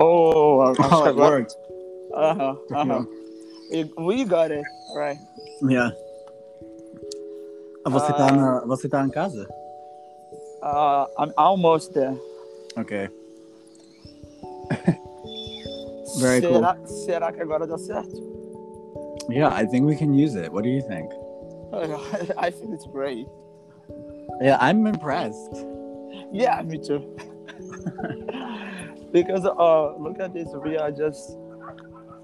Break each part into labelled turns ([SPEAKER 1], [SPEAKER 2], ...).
[SPEAKER 1] Oh, I'm
[SPEAKER 2] Oh, it
[SPEAKER 1] sorry.
[SPEAKER 2] worked.
[SPEAKER 1] Uh huh. Uh huh. We got it right.
[SPEAKER 2] Yeah. Você tá, na, você tá em casa?
[SPEAKER 1] Uh, I'm almost there.
[SPEAKER 2] Ok. Very cool.
[SPEAKER 1] será, será que agora deu certo?
[SPEAKER 2] Yeah, I think we can use it. What do you think?
[SPEAKER 1] I think it's great.
[SPEAKER 2] Yeah, I'm impressed.
[SPEAKER 1] Yeah, me too. because uh, look at this, we are just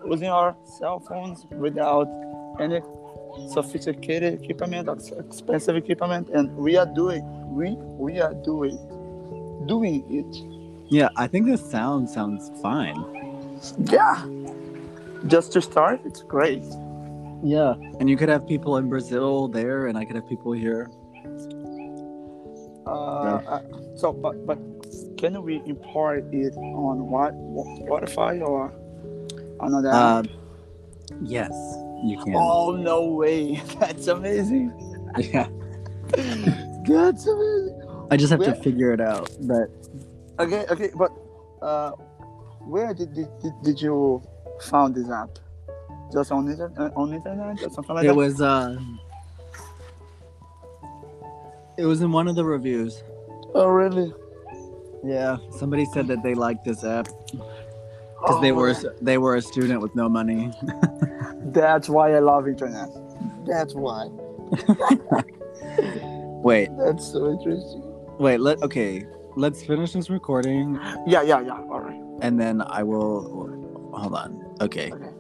[SPEAKER 1] using our cell phones without any sophisticated equipment, ex- expensive equipment, and we are doing we we are doing doing it.
[SPEAKER 2] Yeah, I think the sound sounds fine.
[SPEAKER 1] Yeah. Just to start, it's great.
[SPEAKER 2] Yeah. And you could have people in Brazil there, and I could have people here.
[SPEAKER 1] Uh, uh, so, but but can we import it on what Spotify or another?
[SPEAKER 2] Uh, yes, you can.
[SPEAKER 1] Oh no way! That's amazing.
[SPEAKER 2] Yeah.
[SPEAKER 1] That's amazing.
[SPEAKER 2] I just have to
[SPEAKER 1] Where-
[SPEAKER 2] figure it out. But
[SPEAKER 1] Okay, okay, but uh, where did, did, did, did you found this app? Just on internet, uh, on internet or something like
[SPEAKER 2] it
[SPEAKER 1] that?
[SPEAKER 2] was uh, it was in one of the reviews.
[SPEAKER 1] oh really?
[SPEAKER 2] Yeah, somebody said that they liked this app because they
[SPEAKER 1] Oh,
[SPEAKER 2] were they were a student with no money.
[SPEAKER 1] That's why I love internet. That's why.
[SPEAKER 2] Wait,
[SPEAKER 1] That's so interesting.
[SPEAKER 2] wait. Let okay. Let's finish this recording,
[SPEAKER 1] Yeah, yeah, yeah. All right.
[SPEAKER 2] and then I will. Hold on. Okay.
[SPEAKER 1] Okay.